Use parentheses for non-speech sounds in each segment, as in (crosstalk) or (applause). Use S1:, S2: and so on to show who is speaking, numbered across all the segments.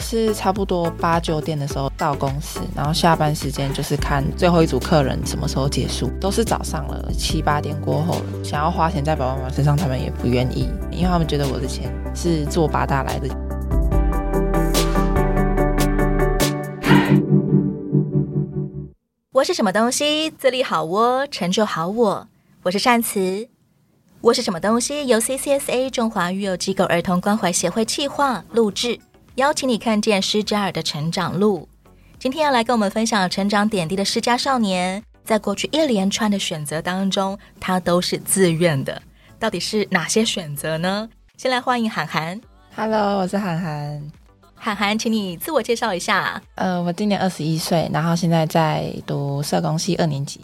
S1: 是差不多八九点的时候到公司，然后下班时间就是看最后一组客人什么时候结束，都是早上了，七八点过后了。想要花钱在爸爸妈妈身上，他们也不愿意，因为他们觉得我的钱是做八大来的。
S2: 我是什么东西？自立好我，成就好我。我是善慈。我是什么东西？由 CCSA 中华育幼机构儿童关怀协会企划录制，邀请你看见施加尔的成长路。今天要来跟我们分享成长点滴的施加少年，在过去一连串的选择当中，他都是自愿的。到底是哪些选择呢？先来欢迎涵涵，
S1: Hello，我是涵涵。
S2: 涵涵，请你自我介绍一下。
S1: 呃，我今年二十一岁，然后现在在读社工系二年级。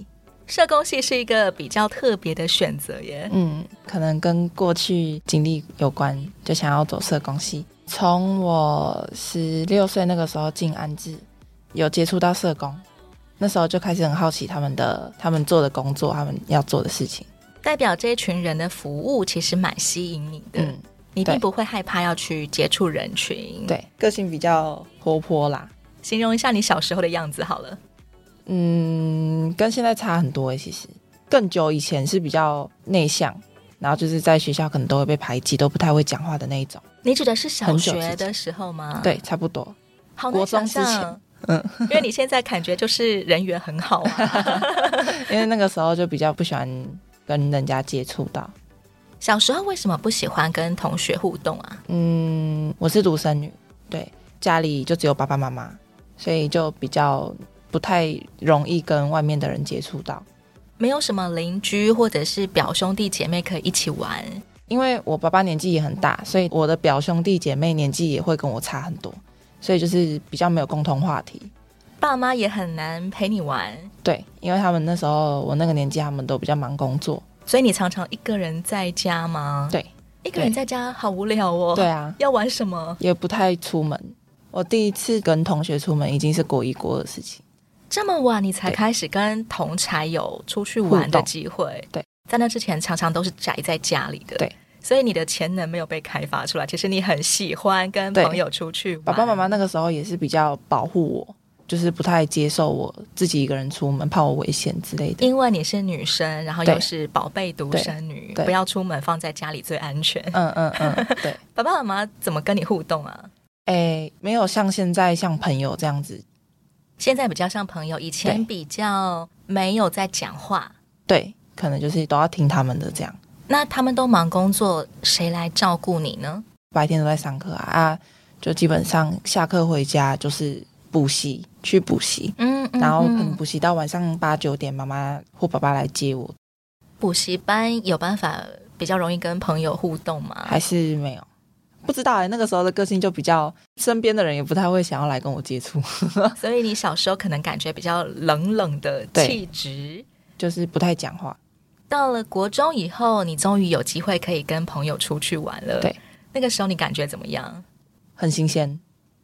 S2: 社工系是一个比较特别的选择耶。
S1: 嗯，可能跟过去经历有关，就想要走社工系。从我十六岁那个时候进安置，有接触到社工，那时候就开始很好奇他们的他们做的工作，他们要做的事情。
S2: 代表这一群人的服务其实蛮吸引你的，
S1: 嗯，
S2: 你
S1: 对
S2: 并不会害怕要去接触人群。，
S1: 对，个性比较活泼啦。
S2: 形容一下你小时候的样子好了。
S1: 嗯，跟现在差很多诶、其实更久以前是比较内向，然后就是在学校可能都会被排挤，都不太会讲话的那一种。
S2: 你指的是小
S1: 很久之
S2: 学
S1: 前
S2: 的时候吗？，
S1: 对，差不多。
S2: 好难
S1: 国中
S2: 想
S1: 之前嗯
S2: 象。 (laughs) 因为你现在感觉就是人缘很好
S1: (laughs)
S2: 啊。
S1: 因为那个时候就比较不喜欢跟人家接触到。
S2: 小时候为什么不喜欢跟同学互动啊？
S1: 嗯，我是独生女，对，家里就只有爸爸妈妈，所以就比较不太容易跟外面的人接触到。
S2: 没有什么邻居或者是表兄弟姐妹可以一起玩，
S1: 因为我爸爸年纪也很大，所以我的表兄弟姐妹年纪也会跟我差很多，所以就是比较没有共同话题。
S2: 爸妈也很难陪你玩，
S1: 对，因为他们那时候我那个年纪，他们都比较忙工作。
S2: 所以你常常一个人在家吗？
S1: 对，
S2: 一个人在家好无聊哦。
S1: 对，啊，
S2: 要玩什么？
S1: 也不太出门。我第一次跟同学出门已经是国一国二的事情。
S2: 这么晚你才
S1: 对
S2: 开始跟同才有出去玩的
S1: 互动
S2: 机会？
S1: 对，
S2: 在那之前常常都是宅在家里的。
S1: 对，
S2: 所以你的潜能没有被开发出来。其实你很喜欢跟
S1: 对
S2: 朋友出去玩。
S1: 爸爸妈妈那个时候也是比较保护我，就是不太接受我自己一个人出门，怕我危险之类的。
S2: 因为你是女生，然后
S1: 对
S2: 又是宝贝独生女，
S1: 对对
S2: 不要出门，放在家里最安全。 (laughs)
S1: 嗯嗯嗯，对，
S2: 爸爸妈妈怎么跟你互动啊？
S1: 哎、没有像现在像朋友这样子，
S2: 现在比较像朋友，以前
S1: 对
S2: 比较没有在讲话。
S1: 对，可能就是都要听他们的这样，
S2: 那他们都忙工作，谁来照顾你呢？
S1: 白天都在上课啊，啊就基本上下课回家就是补习，去补习，
S2: 嗯，嗯
S1: 然后可
S2: 嗯
S1: 能补习到晚上八九点，妈妈或爸爸来接我，
S2: 补习班有办法比较容易跟朋友互动吗？ (laughs)
S1: 还是没有。不知道哎、那个时候的个性就比较，身边的人也不太会想要来跟我接触， (laughs)
S2: 所以你小时候可能感觉比较冷冷的
S1: 对
S2: 气质。
S1: 就是不太讲话。
S2: 到了国中以后，你终于有机会可以跟朋友出去玩了。
S1: 对，
S2: 那个时候你感觉怎么 (laughs) 样？
S1: 很新鲜。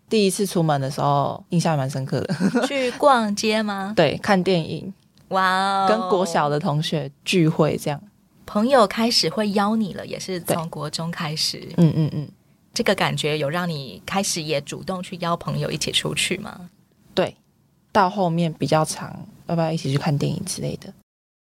S1: 第一次出门的时候，印象还蛮深刻的。 (laughs)
S2: 去逛街吗？
S1: 对，看电影，
S2: (laughs) 哇哦，
S1: 跟国小的同学聚会这样。
S2: 朋友开始会邀你了，也是从国中开始。
S1: 嗯嗯嗯，
S2: 这个感觉有让你开始也主动去邀朋友一起出去吗？
S1: 对。到后面比较长，要不要一起去看电影之类的，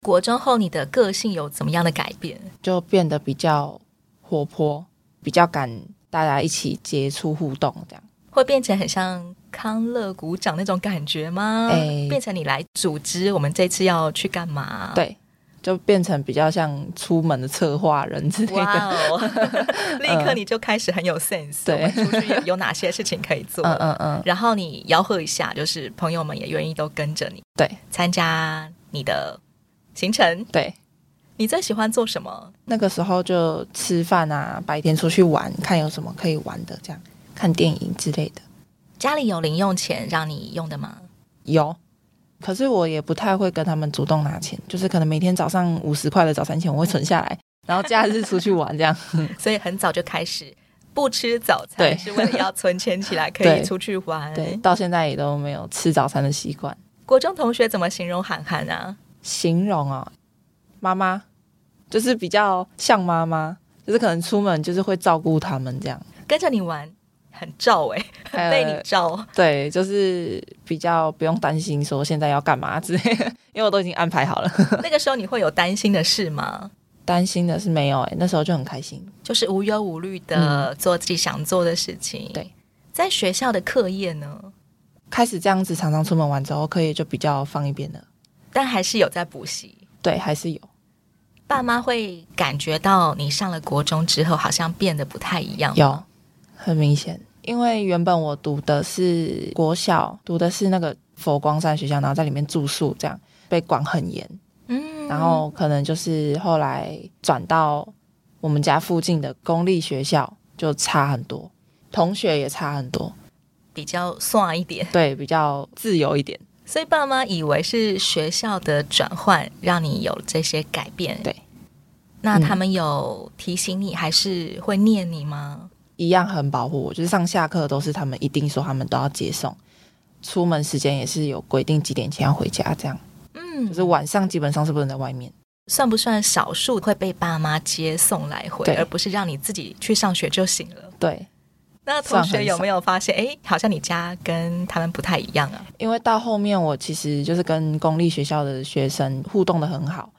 S2: 国中后你的个性有怎么样的改变？
S1: 就变得比较活泼，比较敢大家一起接触互动这样。
S2: 会变成很像康乐鼓掌那种感觉吗？
S1: 哎
S2: 变成你来组织我们这次要去干嘛？，
S1: 对，就变成比较像出门的策划人之类的。
S2: 哇哦， (laughs) 立刻你就开始很有 sense，、
S1: 呃对
S2: 我们出去有有哪些事情可以做？
S1: 嗯嗯嗯，
S2: 然后你吆喝一下，就是朋友们也愿意都跟着你
S1: 对
S2: 参加你的行程。
S1: 对。
S2: 你最喜欢做什么？
S1: 那个时候就吃饭啊，白天出去玩，看有什么可以玩的，这样看电影之类的。
S2: 家里有零用钱让你用的吗？
S1: 有，可是我也不太会跟他们主动拿钱，就是可能每天早上五十块的早餐钱我会存下
S2: (laughs)
S1: 来，然后假日出去玩这样。
S2: 所以很早就开始不吃早餐，
S1: 对
S2: 是为了要存钱起来可以
S1: 对
S2: 出去玩。
S1: 对，，到现在也都没有吃早餐的习惯。
S2: 国中同学怎么形容涵涵啊？
S1: 形容哦，妈妈就是
S2: (laughs)
S1: 比较像妈妈，就是可能出门就是会照顾他们这样。
S2: 跟着你玩，很照哎、
S1: 呃
S2: 被你
S1: (laughs)
S2: 照。
S1: 对，就是比较不用担心说现在要干嘛之类的， (laughs) 因为我都已经安排好了。 (laughs)
S2: 那个时候你会有担心的事吗？
S1: 担心的是没有、欸，那时候就很开心。
S2: 就是无忧无虑的做自己想做的事情。
S1: 嗯对，
S2: 在学校的课业呢，
S1: 开始这样子常常出门玩之后，课业就比较放一边了。
S2: 但还是有在补习。
S1: 对，还是有。
S2: 爸妈会感觉到你上了国中之后，好像变得不太一样。
S1: 有，很明显，因为原本我读的是国小，读的是那个佛光山学校，然后在里面住宿，这样被管很严。
S2: 嗯
S1: 然后可能就是后来转到我们家附近的公立学校，就差很多，同学也差很多，
S2: 比较算一点，
S1: 对，比较自由一点。
S2: 所以爸妈以为是学校的转换让你有这些改变。
S1: 对，
S2: 那
S1: 嗯
S2: 他们有提醒你，还是会念你吗？
S1: 一样很保护我，就是上下课都是他们一定说他们都要接送，出门时间也是有规定几点前要回家，这样
S2: 嗯，
S1: 就是晚上基本上是不能在外面。
S2: 算不算少数会被爸妈接送来回，
S1: 对
S2: 而不是让你自己去上学就行了？
S1: 对，
S2: 那同
S1: 算很
S2: 学有没有发现，哎，好像你家跟他们不太一样啊？
S1: 因为到后面我其实就是跟公立学校的学生互动的很好，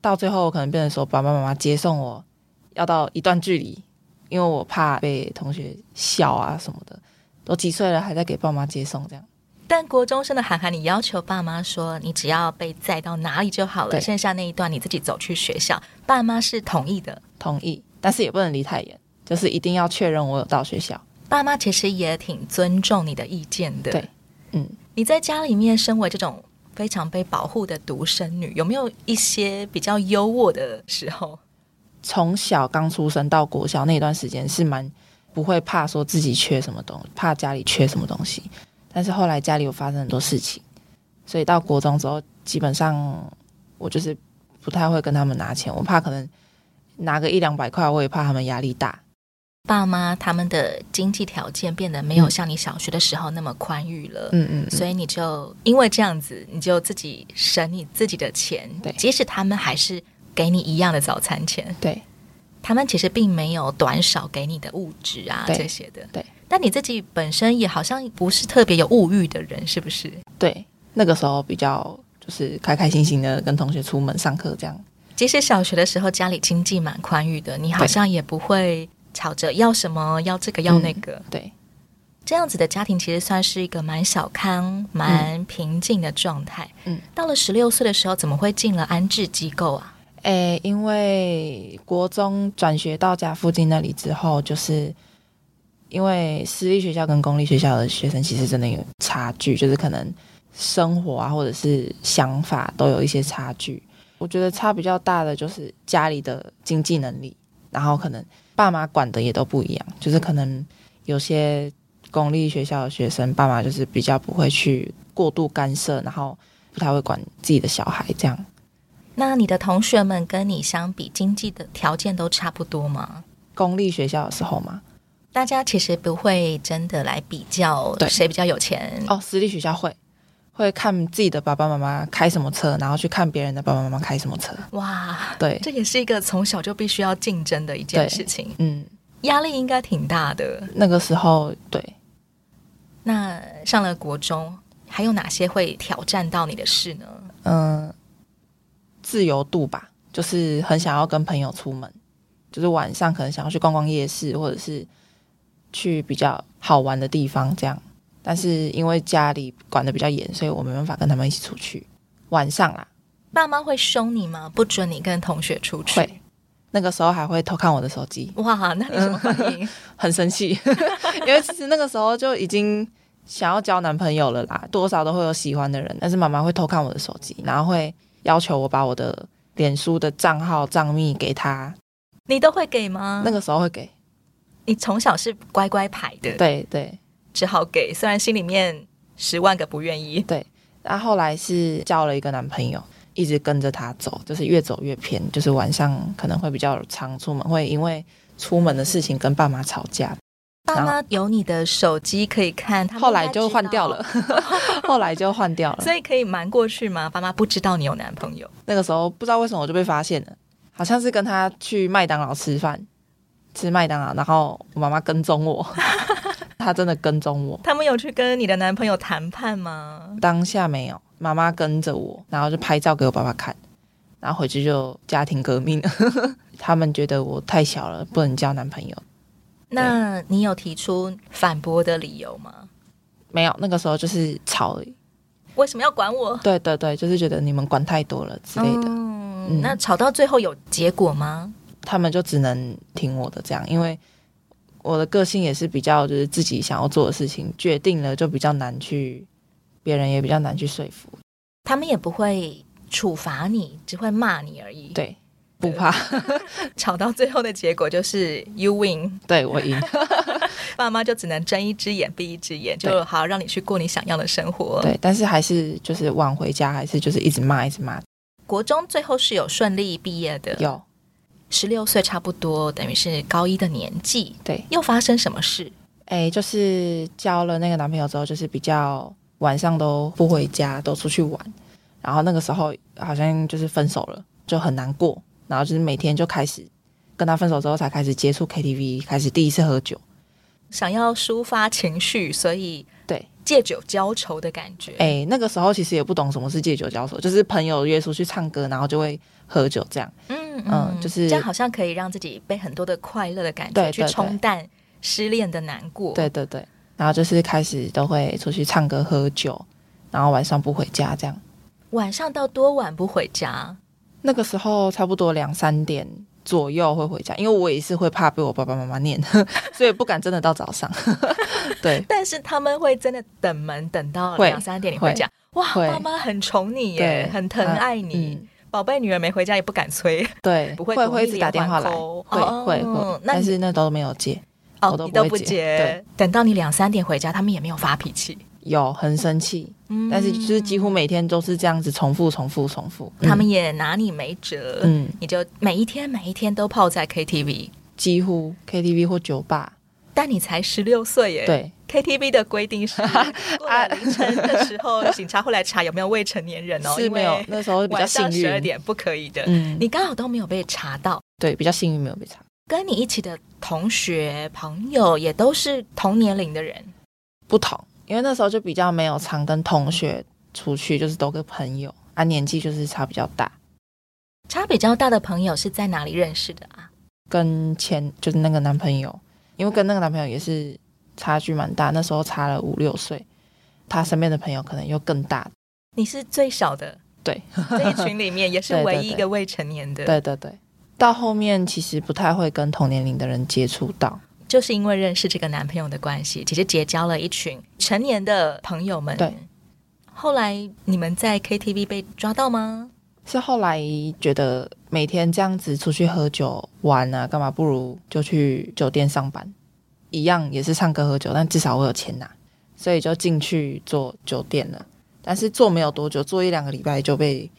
S1: 到最后可能变成说爸爸妈妈接送我要到一段距离，因为我怕被同学笑啊什么的。都几岁了还在给爸妈接送这样？
S2: 但国中生的涵涵，你要求爸妈说，你只要被载到哪里就好了，
S1: 对
S2: 剩下那一段你自己走去学校，爸妈是同意的。
S1: 同意，但是也不能离太远，就是一定要确认我有到学校。
S2: 爸妈其实也挺尊重你的意见的。
S1: 对，嗯，
S2: 你在家里面身为这种非常被保护的独生女，有没有一些比较优渥的时候？
S1: 从小刚出生到国小那段时间是蛮不会怕说自己缺什么东怕家里缺什么东西。但是后来家里有发生很多事情，所以到国中之后，基本上我就是不太会跟他们拿钱，我怕可能拿个一两百块，我也怕他们压力大。
S2: 爸妈他们的经济条件变得没有
S1: 嗯
S2: 像你小学的时候那么宽裕了。
S1: 嗯嗯，
S2: 所以你就因为这样子，你就自己省你自己的钱，
S1: 对
S2: 即使他们还是给你一样的早餐钱，
S1: 对
S2: 他们其实并没有短少给你的物质啊
S1: 对
S2: 这些的，
S1: 对。
S2: 但你自己本身也好像不是特别有物欲的人，是不是？
S1: 对，那个时候比较就是开开心心的跟同学出门上课这样。
S2: 即使小学的时候家里经济蛮宽裕的，你好
S1: 对
S2: 像也不会吵着要什么要这个要那个。
S1: 对
S2: 这样子的家庭其实算是一个蛮小康、蛮平静的状态。
S1: 嗯，
S2: 到了十六岁的时候，怎么会进了安置机构啊？
S1: 诶，因为国中转学到家附近那里之后，就是因为私立学校跟公立学校的学生其实真的有差距，就是可能生活啊或者是想法都有一些差距。我觉得差比较大的就是家里的经济能力，然后可能爸妈管的也都不一样，就是可能有些公立学校的学生爸妈就是比较不会去过度干涉，然后不太会管自己的小孩这样。
S2: 那你的同学们跟你相比，经济的条件都差不多吗？
S1: 公立学校的时候嘛，
S2: 大家其实不会真的来比较
S1: 对
S2: 谁比较有钱，
S1: 哦，私立学校会会看自己的爸爸妈妈开什么车，然后去看别人的爸爸妈妈开什么车。
S2: 哇，
S1: 对，
S2: 这也是一个从小就必须要竞争的一件
S1: 对
S2: 事情，
S1: 嗯，
S2: 压力应该挺大的。
S1: 那个时候对，
S2: 那上了国中，还有哪些会挑战到你的事呢？
S1: 嗯、自由度吧，就是很想要跟朋友出门，就是晚上可能想要去逛逛夜市，或者是去比较好玩的地方这样。但是因为家里管的比较严，所以我没办法跟他们一起出去。晚上啦，
S2: 爸妈会凶你吗？不准你跟同学出去？
S1: 会那个时候还会偷看我的手机，
S2: 哇，那你什么反
S1: (laughs)
S2: 应？
S1: 很生气，因为其实那个时候就已经想要交男朋友了啦，多少都会有喜欢的人，但是妈妈会偷看我的手机，然后会要求我把我的脸书的账号账密给她，
S2: 你都会给吗？
S1: 那个时候会给，
S2: 你从小是乖乖牌的，
S1: 对对
S2: 只好给，虽然心里面十万个不愿意。
S1: 对，然后后来是交了一个男朋友，一直跟着他走，就是越走越偏，就是晚上可能会比较常出门，会因为出门的事情跟爸妈吵架，
S2: 爸妈有你的手机可以看，他们
S1: 后来就换掉了
S2: 应，
S1: (laughs) 后来就换掉
S2: 该知道，
S1: 了，
S2: 所以可以瞒过去吗？爸妈不知道你有男朋友，
S1: 那个时候不知道为什么我就被发现了，好像是跟他去麦当劳吃饭，吃麦当劳，然后我妈妈跟踪我，他真的跟踪我，
S2: 他们有去跟你的男朋友谈判吗？
S1: 当下没有，妈妈跟着我，然后就拍照给我爸爸看，然后回去就家庭革命了。 (laughs) 他们觉得我太小了，不能交男朋友。
S2: 那你有提出反驳的理由吗？
S1: 没有，那个时候就是吵而已。
S2: 为什么要管我
S1: 对对对，就是觉得你们管太多了之类的，
S2: 嗯，那吵到最后有结果吗？
S1: 他们就只能听我的这样，因为我的个性也是比较就是自己想要做的事情决定了就比较难去，别人也比较难去说服。
S2: 他们也不会处罚你，只会骂你而已。，
S1: 对，不怕，
S2: 吵到最后的结果就是 you win，
S1: 对 (laughs) 我赢。
S2: 爸妈就只能睁一只眼闭一只眼，就
S1: 对
S2: 好让你去过你想要的生活。，
S1: 对，但是还是就是晚回家，还是就是一直骂，一直骂。
S2: 国中最后是有顺利毕业的，
S1: 有
S2: 十六岁差不多，等于是高一的年纪，
S1: 对，
S2: 又发生什么事？
S1: 哎、就是交了那个男朋友之后，就是比较晚上都不回家，都出去玩。然后那个时候好像就是分手了，就很难过。然后就是每天就开始跟他分手之后，才开始接触 KTV，开始第一次喝酒。
S2: 想要抒发情绪，所以
S1: 对，
S2: 借酒浇愁的感觉。
S1: 哎、那个时候其实也不懂什么是借酒浇愁，就是朋友约出去唱歌，然后就会喝酒这样。
S2: 嗯
S1: 嗯就是
S2: 这样，好像可以让自己被很多的快乐的感觉
S1: 对
S2: 去
S1: 对
S2: 冲淡失恋的难过。
S1: 对对对，然后就是开始都会出去唱歌喝酒，然后晚上不回家这样。
S2: 晚上到多晚不回家？
S1: 那个时候差不多两三点左右会回家，因为我也是会怕被我爸爸妈妈念， (laughs) 所以不敢真的到早上。 (laughs) 对，
S2: 但是他们会真的等门等到
S1: 会
S2: 两三点你回家，哇，
S1: 会
S2: 爸妈很宠你
S1: 对
S2: 耶，很疼爱你。
S1: 嗯，
S2: 宝贝女儿没回家也不敢催，
S1: 对，
S2: 不会
S1: 会
S2: 故
S1: 会
S2: 意
S1: 一直打电话来，
S2: 哦
S1: 会会会，
S2: 那
S1: 但
S2: 你
S1: 是那都没有接， (laughs) 我都
S2: 哦你
S1: 不
S2: 都
S1: 会
S2: 不
S1: 接
S2: 接
S1: 对。
S2: 等到你两三点回家，他们也没有发脾气，
S1: 有很生气，
S2: 嗯
S1: 但是就是几乎每天都是这样子重复重复重复，
S2: 他们也拿你没辙。
S1: 嗯嗯嗯
S2: 你就每一天每一天都泡在 KTV，
S1: 几乎 KTV 或酒吧，
S2: 但你才十六岁耶。
S1: 对
S2: KTV 的规
S1: (laughs)
S2: 定是，
S1: 啊
S2: 过了凌晨的时候，警察会来查有没有未成年人哦，
S1: 是没有那时候比较幸
S2: 十二
S1: 运，
S2: 点不可以的。
S1: 嗯，
S2: 你刚好都没有被查到，
S1: 对比较幸运没有被查，
S2: 跟你一起的同学朋友也都是同年龄的人，
S1: 不同，因为那时候就比较没有常跟同学出去，就是都跟朋友啊，年纪就是差比较大，
S2: 差比较大的朋友是在哪里认识的啊？
S1: 跟前就是那个男朋友，因为跟那个男朋友也是差距蛮大，那时候差了五六岁，他身边的朋友可能又更大，
S2: 你是最小的，
S1: 对，
S2: 这一群里面也
S1: (laughs)
S2: 是
S1: 对对
S2: 唯一一个未成年的，
S1: 对对对，到后面其实不太会跟同年龄的人接触到，
S2: 就是因为认识这个男朋友的关系，其实结交了一群成年的朋友们。
S1: 对，
S2: 后来你们在 KTV 被抓到吗？
S1: 是后来觉得每天这样子出去喝酒玩啊，干嘛不如就去酒店上班，一样也是唱歌喝酒，但至少我有钱拿，所以就进去做酒店了。但是做没有多久，做一两个礼拜就被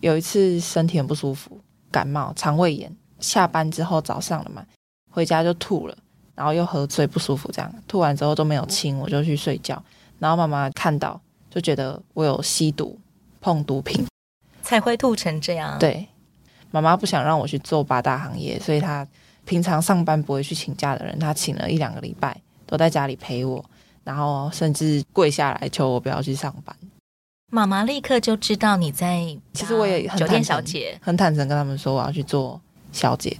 S1: 有一次身体很不舒服，感冒、肠胃炎，下班之后早上了嘛，回家就吐了，然后又喝醉不舒服，这样吐完之后都没有清，我就去睡觉，然后妈妈看到就觉得我有吸毒、碰毒品。
S2: 才会吐成这样。，
S1: 对，妈妈不想让我去做八大行业，所以她平常上班不会去请假的人，她请了一两个礼拜，都在家里陪我，然后甚至跪下来求我不要去上班。
S2: 妈妈立刻就知道你在。
S1: (laughs) 其实我也很
S2: 酒店
S1: 坦
S2: 小
S1: 诚，
S2: 姐，
S1: 很坦诚跟他们说我要去做小姐。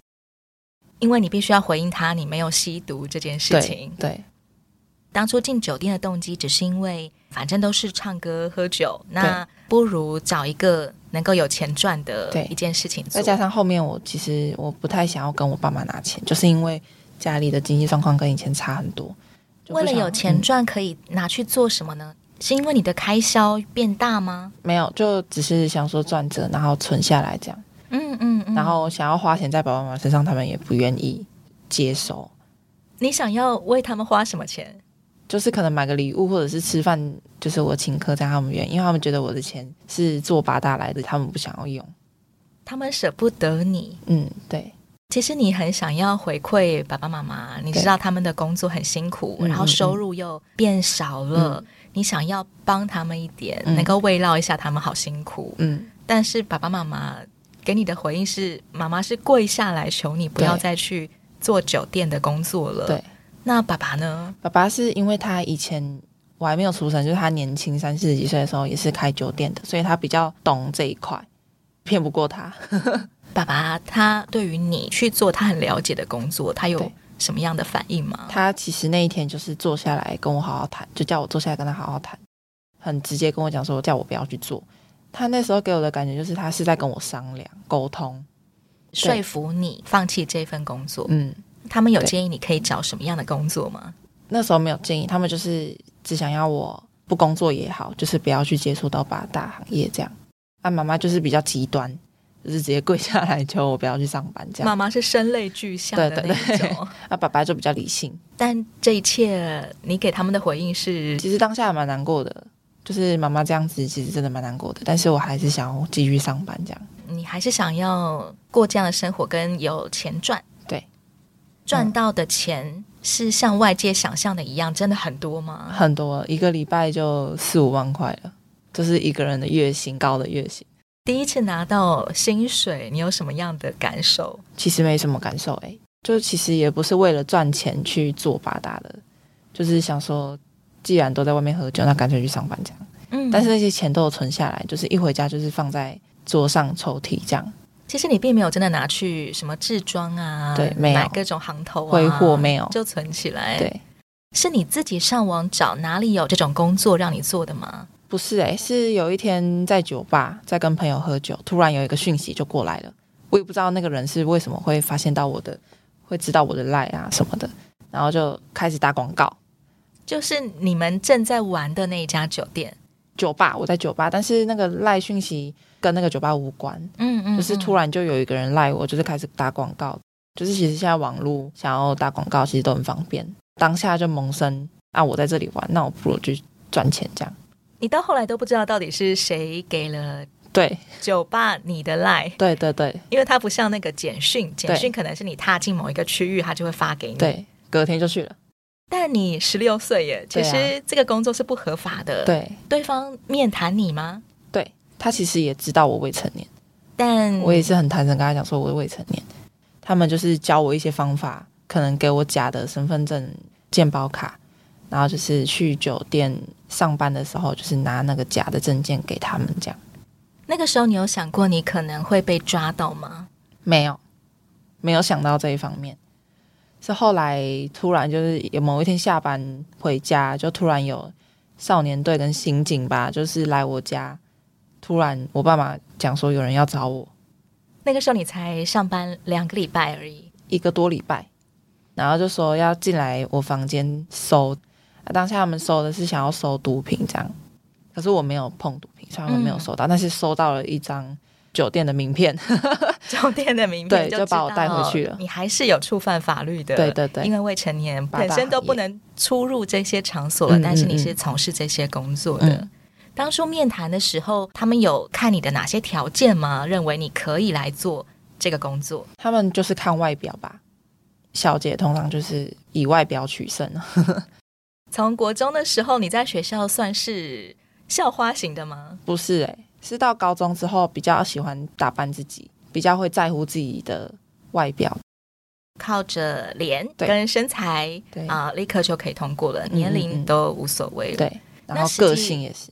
S2: 因为你必须要回应她你没有吸毒这件事
S1: 对
S2: 情。
S1: 对
S2: 当初进酒店的动机只是因为反正都是唱歌喝酒，那不如找一个能够有钱赚的
S1: 对
S2: 一件事情做
S1: 再。加上后面我其实我不太想要跟我爸妈拿钱，就是因为家里的经济状况跟以前差很多。就不
S2: 为了
S1: 想
S2: 有钱
S1: 嗯
S2: 赚，可以拿去做什么呢？是因为你的开销变大吗？
S1: 没有，就只是想说赚着，然后存下来这样。
S2: 嗯嗯嗯。
S1: 然后想要花钱在爸爸妈妈身上，他们也不愿意接受，
S2: 你想要为他们花什么钱？
S1: 就是可能买个礼物或者是吃饭，就是我请客，但他们愿意，因为他们觉得我的钱是做八大来的，他们不想要用。
S2: 他们舍不得你。
S1: 嗯，对，
S2: 其实你很想要回馈爸爸妈妈，你
S1: 对
S2: 知道他们的工作很辛苦，
S1: 嗯
S2: 然后
S1: 嗯
S2: 收入又变少了，你想要帮他们一点，
S1: 嗯
S2: 能够慰劳一下他们好辛苦。
S1: 嗯，
S2: 但是爸爸妈妈给你的回应是，妈妈是跪下来求你不要
S1: 对
S2: 再去做酒店的工作了。
S1: 对，
S2: 那爸爸呢？
S1: 爸爸是因为他以前我还没有出生，就是他年轻三四十几岁的时候也是开酒店的，所以他比较懂这一块，骗不过他。
S2: 爸爸他对于你去做他很了解的工作，他有
S1: 对
S2: 什么样的反应吗？
S1: 他其实那一天就是坐下来跟我好好谈，就叫我坐下来跟他好好谈，很直接跟我讲说叫我不要去做。他那时候给我的感觉就是他是在跟我商量沟通，
S2: 说服你放弃这份工作，
S1: 嗯，
S2: 他们有
S1: 对
S2: 建议你可以找什么样的工作吗？
S1: 那时候没有建议，他们就是只想要我不工作也好，就是不要去接触到八大行业这样。啊，妈妈就是比较极端，就是直接跪下来求我不要去上班这样。
S2: 妈妈是声泪俱下的那
S1: 对对
S2: 一
S1: 对 (laughs)
S2: 种，
S1: 啊，爸爸就比较理性，
S2: 但这一切你给他们的回应是
S1: 其实当下还蛮难过的，就是妈妈这样子，其实真的蛮难过的。但是我还是想要继续上班这样。
S2: 你还是想要过这样的生活，跟有钱赚。
S1: 对，
S2: 赚到的钱是像外界想象的一样，真的很多吗？
S1: 很多，一个礼拜就四五万块了，就是一个人的月薪高的月薪，
S2: 第一次拿到薪水，你有什么样的感受？
S1: 其实没什么感受诶、就其实也不是为了赚钱去做八大的，就是想说，既然都在外面喝酒，那干脆去上班这样。
S2: 嗯
S1: 但是那些钱都有存下来，就是一回家就是放在桌上抽屉这样，
S2: 其实你并没有真的拿去什么置装啊，
S1: 对没有
S2: 买各种行头啊，
S1: 挥霍没有
S2: 就存起来。，
S1: 对。
S2: 是你自己上网找哪里有这种工作让你做的吗？
S1: 不是诶、是有一天在酒吧在跟朋友喝酒，突然有一个讯息就过来了，我也不知道那个人是为什么会发现到我的，会知道我的赖啊什么的，然后就开始打广告。
S2: 就是你们正在玩的那一家酒店，
S1: 酒吧，我在酒吧，但是那个赖讯息跟那个酒吧无关，
S2: 嗯嗯
S1: 就是突
S2: 然
S1: 然就有一个人赖我，就是开始打广告，就是其实现在网络想要打广告其实都很方便，当下就萌生啊，我在这里玩，那我不如去赚钱这样，
S2: 你到后来都不知道到底是谁给了
S1: 对
S2: 酒吧你的 line，
S1: 对对对
S2: 因为它不像那个简讯，简讯可能是你踏进某一个区域，它就会发给你。，
S1: 对，隔天就去了，
S2: 但你十六岁耶，其
S1: 对啊
S2: 实这个工作是不合法的。，
S1: 对
S2: 对方面谈你吗？
S1: 对，他其实也知道我未成年，
S2: 但
S1: 我也是很坦诚跟他讲说我未成年，他们就是教我一些方法，可能给我假的身份证、健保卡，然后就是去酒店上班的时候，就是拿那个假的证件给他们这样。
S2: 那个时候你有想过你可能会被抓到吗？
S1: 没有，没有想到这一方面，是后来突然就是有某一天下班回家，就突然有少年队跟刑警吧，就是来我家，突然我爸妈讲说有人要找我，
S2: 那个时候你才上班两个礼拜而已，
S1: 一个多礼拜，然后就说要进来我房间搜，啊、当下他们搜的是想要搜毒品这样，可是我没有碰毒品，所以他们
S2: 嗯
S1: 没有搜到，但是搜到了一张酒店的名
S2: (laughs)
S1: 片，
S2: 酒店的名片
S1: 对
S2: 知道
S1: 就把我带回去了
S2: 你还是有触犯法律的。
S1: 对对对
S2: 因为未成年
S1: 八大
S2: 本身都
S1: 行业
S2: 不能出入这些场所了，
S1: 嗯
S2: 但是你
S1: 嗯
S2: 是从事这些工作的。
S1: 嗯
S2: 当初面谈的时候，他们有看你的哪些条件吗？认为你可以来做这个工作？
S1: 他们就是看外表吧。小姐通常就是以外表取胜， (laughs)
S2: 从国中的时候，你在学校算是校花型的吗？
S1: 不是诶、欸是到高中之后比较喜欢打扮自己，比较会在乎自己的外表。
S2: 靠着脸
S1: 对
S2: 跟身材
S1: 对
S2: 啊、立刻就可以通过了，
S1: 嗯
S2: 年龄
S1: 嗯
S2: 都无所谓了。
S1: 对，然
S2: 那
S1: 后
S2: 实际
S1: 个性也是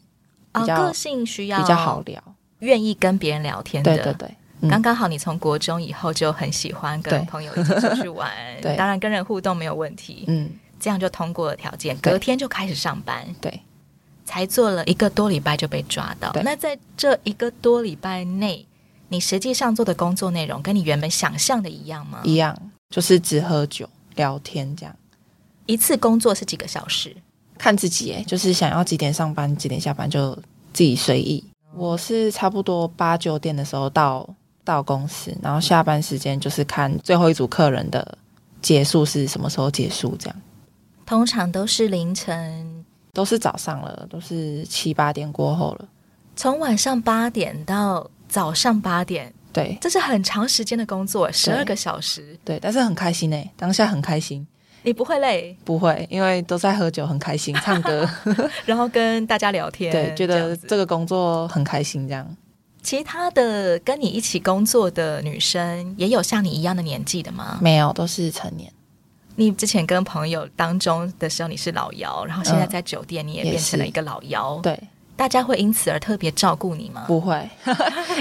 S2: 啊、
S1: 比较
S2: 个性需要
S1: 比较好，聊。
S2: 愿意跟别人聊天的。
S1: 对对对，嗯
S2: 刚刚好，你从国中以后就很喜欢跟
S1: 对，
S2: 朋友一起出去玩
S1: (laughs) 对
S2: 当然跟人互动没有问题，
S1: 嗯，
S2: 这样就通过了条件，
S1: 对
S2: 隔天就开始上班。
S1: 对，
S2: 才做了一个多礼拜就被抓到。
S1: 对
S2: 那在这一个多礼拜内，你实际上做的工作内容跟你原本想象的一样吗？
S1: 一样，就是只喝酒聊天这样。
S2: 一次工作是几个小时？
S1: 看自己、欸，就是想要几点上班，几点下班就自己随意。我是差不多八九点的时候到到公司，然后下班时间就是看最后一组客人的结束是什么时候结束，这样
S2: 通常都是凌晨，
S1: 都是早上了，都是七八点过后了。
S2: 从晚上八点到早上八点，
S1: 对
S2: 这是很长时间的工作，十二个小时，
S1: 对，但是很开心哎、当下很开心，
S2: 你不会累，
S1: 不会，因为都在喝酒，很开心，唱
S2: (laughs)
S1: 歌，
S2: 然后跟大家聊天，
S1: 对，觉
S2: 这样
S1: 得
S2: 子
S1: 这个工作很开心，这样
S2: 其他的跟你一起工作的女生也有像你一样的年纪的吗？
S1: 没有都是成年。
S2: 你之前跟朋友当中的时候你是老幺，然后现在在酒店你也
S1: 也
S2: 变成了
S1: 是
S2: 一个老幺，，
S1: 嗯对，嗯
S2: 大家会因此而特别照顾你吗？
S1: 不会， (laughs)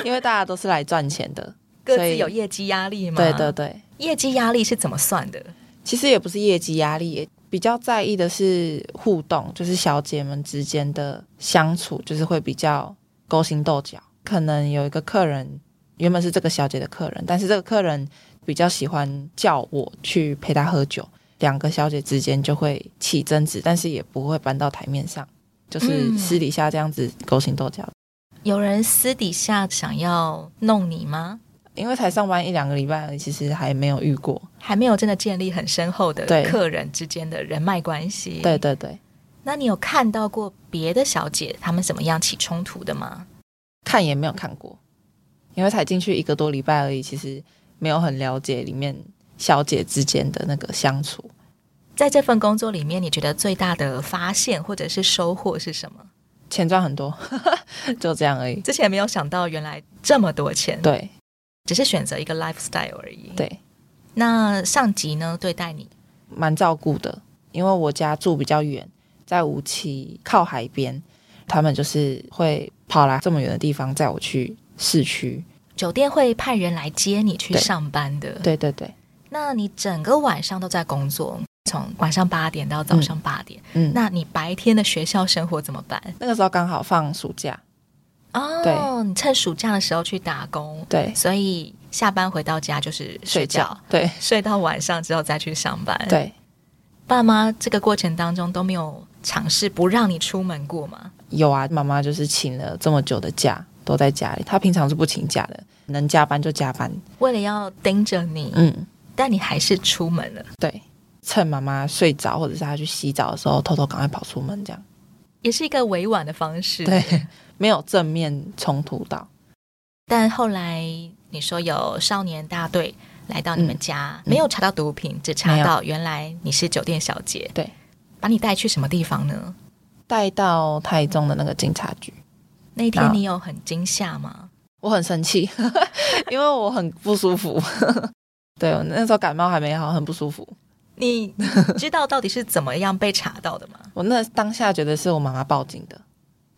S1: 因为大家都是来赚钱的，
S2: 各
S1: 所
S2: 自
S1: 以
S2: 有业绩压力吗？
S1: 对对，对。
S2: 业绩压力是怎么算的？
S1: 其实也不是业绩压力，也比较在意的是互动，就是小姐们之间的相处，就是会比较勾心斗角。可能有一个客人原本是这个小姐的客人，但是这个客人比较喜欢叫我去陪她喝酒，两个小姐之间就会起争执，但是也不会搬到台面上，就是
S2: 嗯
S1: 私底下这样子勾心斗角。
S2: 有人私底下想要弄你吗？
S1: 因为才上班一两个礼拜而已，其实还没有遇过。
S2: 还没有真的建立很深厚的
S1: 对
S2: 客人之间的人脉关系。
S1: 对，对对，
S2: 那你有看到过别的小姐她们怎么样起冲突的吗？
S1: 看也没有看过，因为才进去一个多礼拜而已，其实没有很了解里面小姐之间的那个相处。
S2: 在这份工作里面，你觉得最大的发现或者是收获是什么？
S1: 钱赚很多， (laughs) 就这样而已。
S2: 之前没有想到原来这么多钱，
S1: 对
S2: 只是选择一个 lifestyle 而已。，
S1: 对，
S2: 那上级呢对待你，
S1: 蛮照顾的，因为我家住比较远，在无锡靠海边，他们就是会跑来这么远的地方载我去市区。
S2: 酒店会派人来接你去
S1: 对
S2: 上班的。
S1: 对对对，
S2: 那你整个晚上都在工作，从晚上八点到早上八点，
S1: 嗯，那
S2: 那你白天的学校生活怎么办？
S1: 那个时候刚好放暑假，
S2: 哦，
S1: 对
S2: 你趁暑假的时候去打工，
S1: 对，
S2: 所以下班回到家就是睡
S1: 睡
S2: 觉
S1: 觉，，对
S2: 睡到晚上之后再去上班。，
S1: 对。
S2: 爸妈这个过程当中都没有尝试不让你出门过吗？
S1: 有啊，妈妈就是请了这么久的假，都在家里。她平常是不请假的，能加班就加班。
S2: 为了要盯着你，
S1: 嗯，
S2: 但你还是出门了，
S1: 对，趁妈妈睡着或者是她去洗澡的时候，偷偷赶快跑出门，这样
S2: 也是一个委婉的方式。
S1: 对，没有正面冲突到。
S2: 但后来你说有少年大队来到你们家，
S1: 嗯
S2: 没有查到毒品，只
S1: 没
S2: 查
S1: 有
S2: 到原来你是酒店小姐。
S1: 对，
S2: 把你带去什么地方呢？
S1: 带到台中的那个警察局，
S2: 那一天
S1: 那
S2: 你有很惊吓吗？
S1: 我很生气， (laughs) 因为我很不舒服。 (laughs) 对，我那时候感冒还没好，很不舒服。
S2: 你知道到底是怎么样被查
S1: (laughs)
S2: 到的吗？
S1: 我那当下觉得是我妈妈报警的，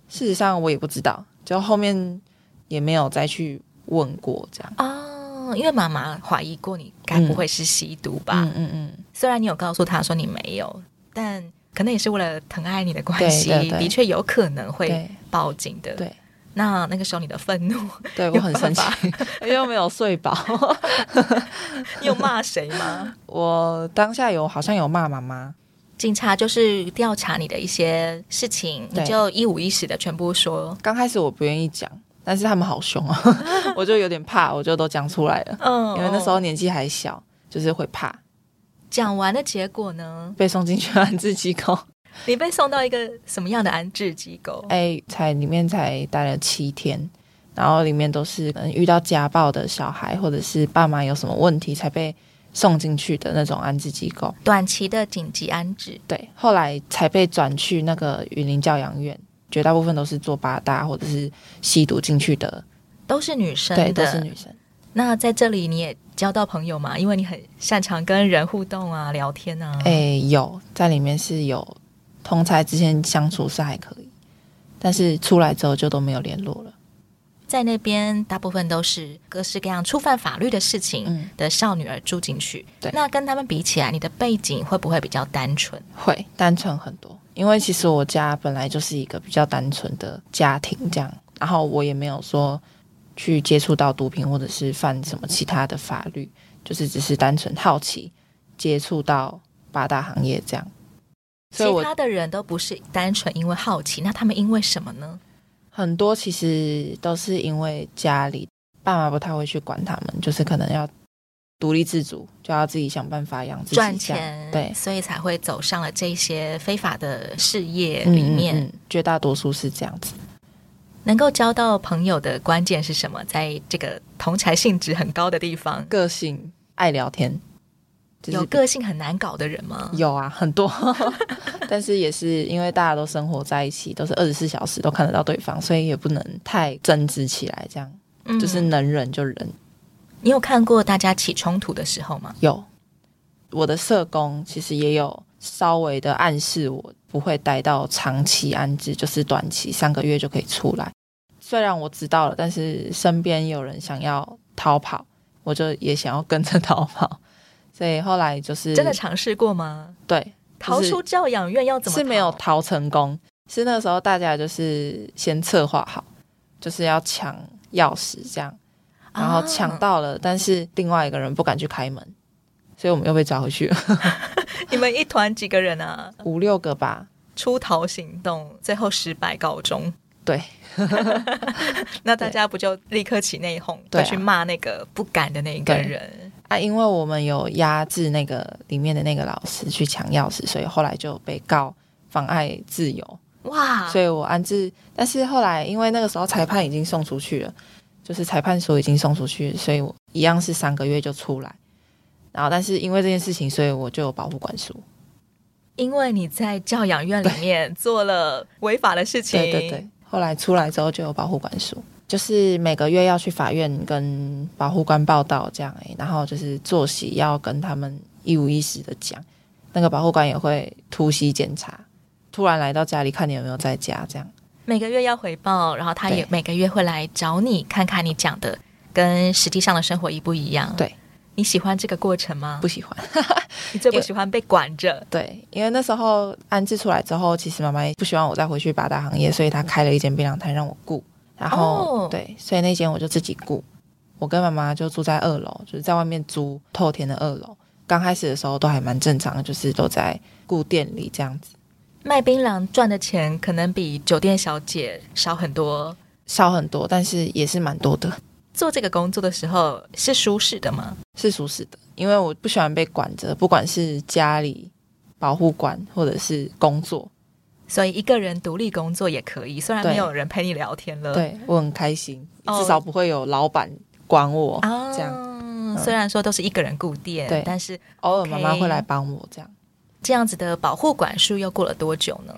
S1: 事实上我也不知道，就后面也没有再去问过这样。
S2: 哦，因为妈妈怀疑过你该不会是吸毒吧？
S1: 啊嗯嗯嗯，
S2: 虽然你有告诉她说你没有，但可能也是为了疼爱你的关系，
S1: 对对对
S2: 的确有可能会
S1: 对
S2: 报警的。
S1: 对，
S2: 那那个时候你的愤 (laughs) 怒，
S1: 对我
S2: 有
S1: 很生
S2: 办
S1: 气， (laughs) 因为没有睡
S2: (laughs)
S1: 饱。
S2: 你有骂谁吗？
S1: 我当下有好像有骂妈妈，
S2: 警察就是调查你的一些事情，你
S1: 对
S2: 就一五一十的全部说。
S1: 刚开始我不愿意讲，但是他们好凶啊， (laughs) 我就有点怕，我就都讲出来了。
S2: 嗯
S1: 因为那时候年纪还小，就是会怕
S2: 讲完的结果呢，
S1: 被送进去安置机构。
S2: 你被送到一个什么样的安置机构？
S1: 哎，才里面才待了七天，然后里面都是可能遇到家暴的小孩，或者是爸妈有什么问题才被送进去的那种安置机构。
S2: 短期的紧急安置。
S1: 对，后来才被转去那个云林教养院，绝大部分都是做八大或者是吸毒进去的，
S2: 都是女生
S1: 对，都是
S2: 的，
S1: 女生。
S2: 那在这里你也交到朋友嘛？因为你很擅长跟人互动啊，聊天啊。
S1: 诶，有在里面是有同才之间相处是还可以，但是出来之后就都没有联络了。
S2: 在那边大部分都是各式各样触犯法律的事情
S1: 嗯
S2: 的少女儿住进去。
S1: 对
S2: 那跟他们比起来，你的背景会不会比较单纯？
S1: 会单纯很多，因为其实我家本来就是一个比较单纯的家庭，这样，然后我也没有说去接触到毒品或者是犯什么其他的法律，就是只是单纯好奇接触到八大行业这样。所以
S2: 其
S1: 我
S2: 他的人都不是单纯因为好奇，那他们因为什么呢？
S1: 很多其实都是因为家里爸妈不太会去管他们，就是可能要独立自主，就要自己想办法养自己，
S2: 赚
S1: 这样
S2: 钱，
S1: 对
S2: 所以才会走上了这些非法的事业
S1: 嗯
S2: 里面。
S1: 嗯嗯绝大多数是这样子。
S2: 能够交到朋友的关键是什么？在这个同才性质很高的地方，
S1: 个性爱聊天，就是
S2: 有个性很难搞的人吗？
S1: 有啊，很多， (laughs) 但是也是因为大家都生活在一起，都是二十四小时都看得到对方，所以也不能太争执起来，这样
S2: 嗯
S1: 就是能忍就忍。
S2: 你有看过大家起冲突的时候吗？
S1: 有，我的社工其实也有稍微的暗示我不会待到长期安置，就是短期三个月就可以出来。虽然我知道了，但是身边有人想要逃跑，我就也想要跟着逃跑，所以后来就是
S2: 真的尝试过吗？
S1: 对
S2: 逃
S1: 就是
S2: 出教养院要怎么
S1: 是没有
S2: 逃啊
S1: 逃成功，是那时候大家就是先策划好，就是要抢钥匙这样，然后抢、
S2: 啊
S1: 到了，但是另外一个人不敢去开门，所以我们又被抓回去
S2: (laughs)
S1: 了，
S2: 你们一团几个人啊？
S1: 五六个吧。
S2: 出逃行动最后失败告终，
S1: 对，
S2: 那大家不就立刻起内讧，
S1: 对
S2: 会
S1: 啊
S2: 去骂那个不敢的那个人？
S1: 啊，因为我们有压制那个里面的那个老师去抢钥匙，所以后来就被告妨碍自由，
S2: 哇，
S1: 所以我安置。但是后来因为那个时候裁判已经送出去了，就是裁判所已经送出去，所以我一样是三个月就出来。然后，但是因为这件事情，所以我就有保护管束。
S2: 因为你在教养院里面做了违法的事情，
S1: 对对对，后来出来之后就有保护管束，就是每个月要去法院跟保护官报道这样、欸，然后就是作息要跟他们一五一十的讲，那个保护官也会突袭检查，突然来到家里看你有没有在家这样。
S2: 每个月要回报，然后他也
S1: 对
S2: 每个月会来找你，看看你讲的跟实际上的生活一不一样。
S1: 对，
S2: 你喜欢这个过程吗
S1: 不？喜欢，
S2: 你最不
S1: 因为
S2: 喜欢被管着，
S1: 对，因为那时候安置出来之后，其实妈妈也不希望我再回去八大行业，所以她开了一间槟榔摊让我雇，然后、
S2: 哦
S1: 对，所以那间我就自己雇，我跟妈妈就住在二楼，就是在外面租透天的二楼。刚开始的时候都还蛮正常的，就是都在顾店里这样子，
S2: 卖槟榔赚的钱可能比酒店小姐少很多。
S1: 少很多，但是也是蛮多的，
S2: 做这个工作的时候是舒适的吗？
S1: 是舒适的。因为我不喜欢被管着，不管是家里、保护管或者是工作，
S2: 所以一个人独立工作也可以，虽然
S1: 对
S2: 没有人陪你聊天了。
S1: 对我很开心，
S2: 哦
S1: 至少不会有老板管我。
S2: 啊，
S1: 这样嗯
S2: 虽然说都是一个人顾店，
S1: 对
S2: 但是
S1: 偶尔妈妈
S2: OK
S1: 会来帮我这样。
S2: 这样子的保护管束又过了多久呢？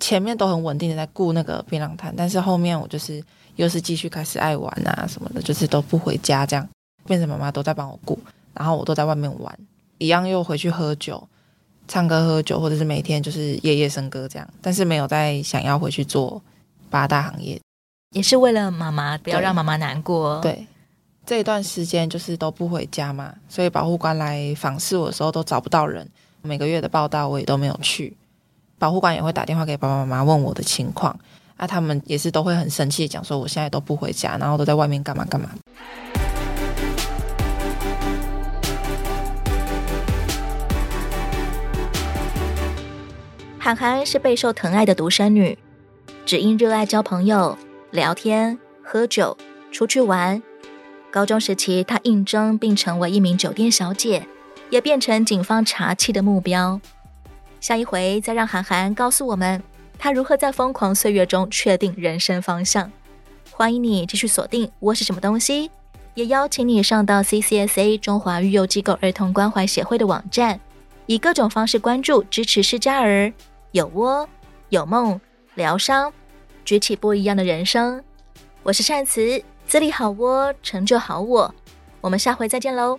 S1: 前面都很稳定的在顾那个槟榔摊，但是后面我就是又是继续开始爱玩啊什么的，就是都不回家这样，变成妈妈都在帮我顾，然后我都在外面玩，一样又回去喝酒、唱歌、喝酒，或者是每天就是夜夜笙歌这样，但是没有再想要回去做八大行业。
S2: 也是为了妈妈，不要
S1: 对
S2: 让妈妈难过。
S1: 对，这一段时间就是都不回家嘛，所以保护官来访视我的时候都找不到人，每个月的报道我也都没有去，保护官也会打电话给爸爸妈妈问我的情况，啊，他们也是都会很生气，讲说我现在都不回家，然后都在外面干嘛干嘛。
S2: 涵涵是备受疼爱的独生女，只因热爱交朋友、聊天、喝酒、出去玩。高中时期，她应征并成为一名酒店小姐，也变成警方查缉的目标。下一回再让涵涵告诉我们，她如何在疯狂岁月中确定人生方向。欢迎你继续锁定《我是什么东西》，也邀请你上到 CCSA 中华育幼机构儿童关怀协会的网站，以各种方式关注支持失家儿，有窝有梦疗伤，举起不一样的人生。我是善慈，自立好窝，成就好我。我们下回再见喽，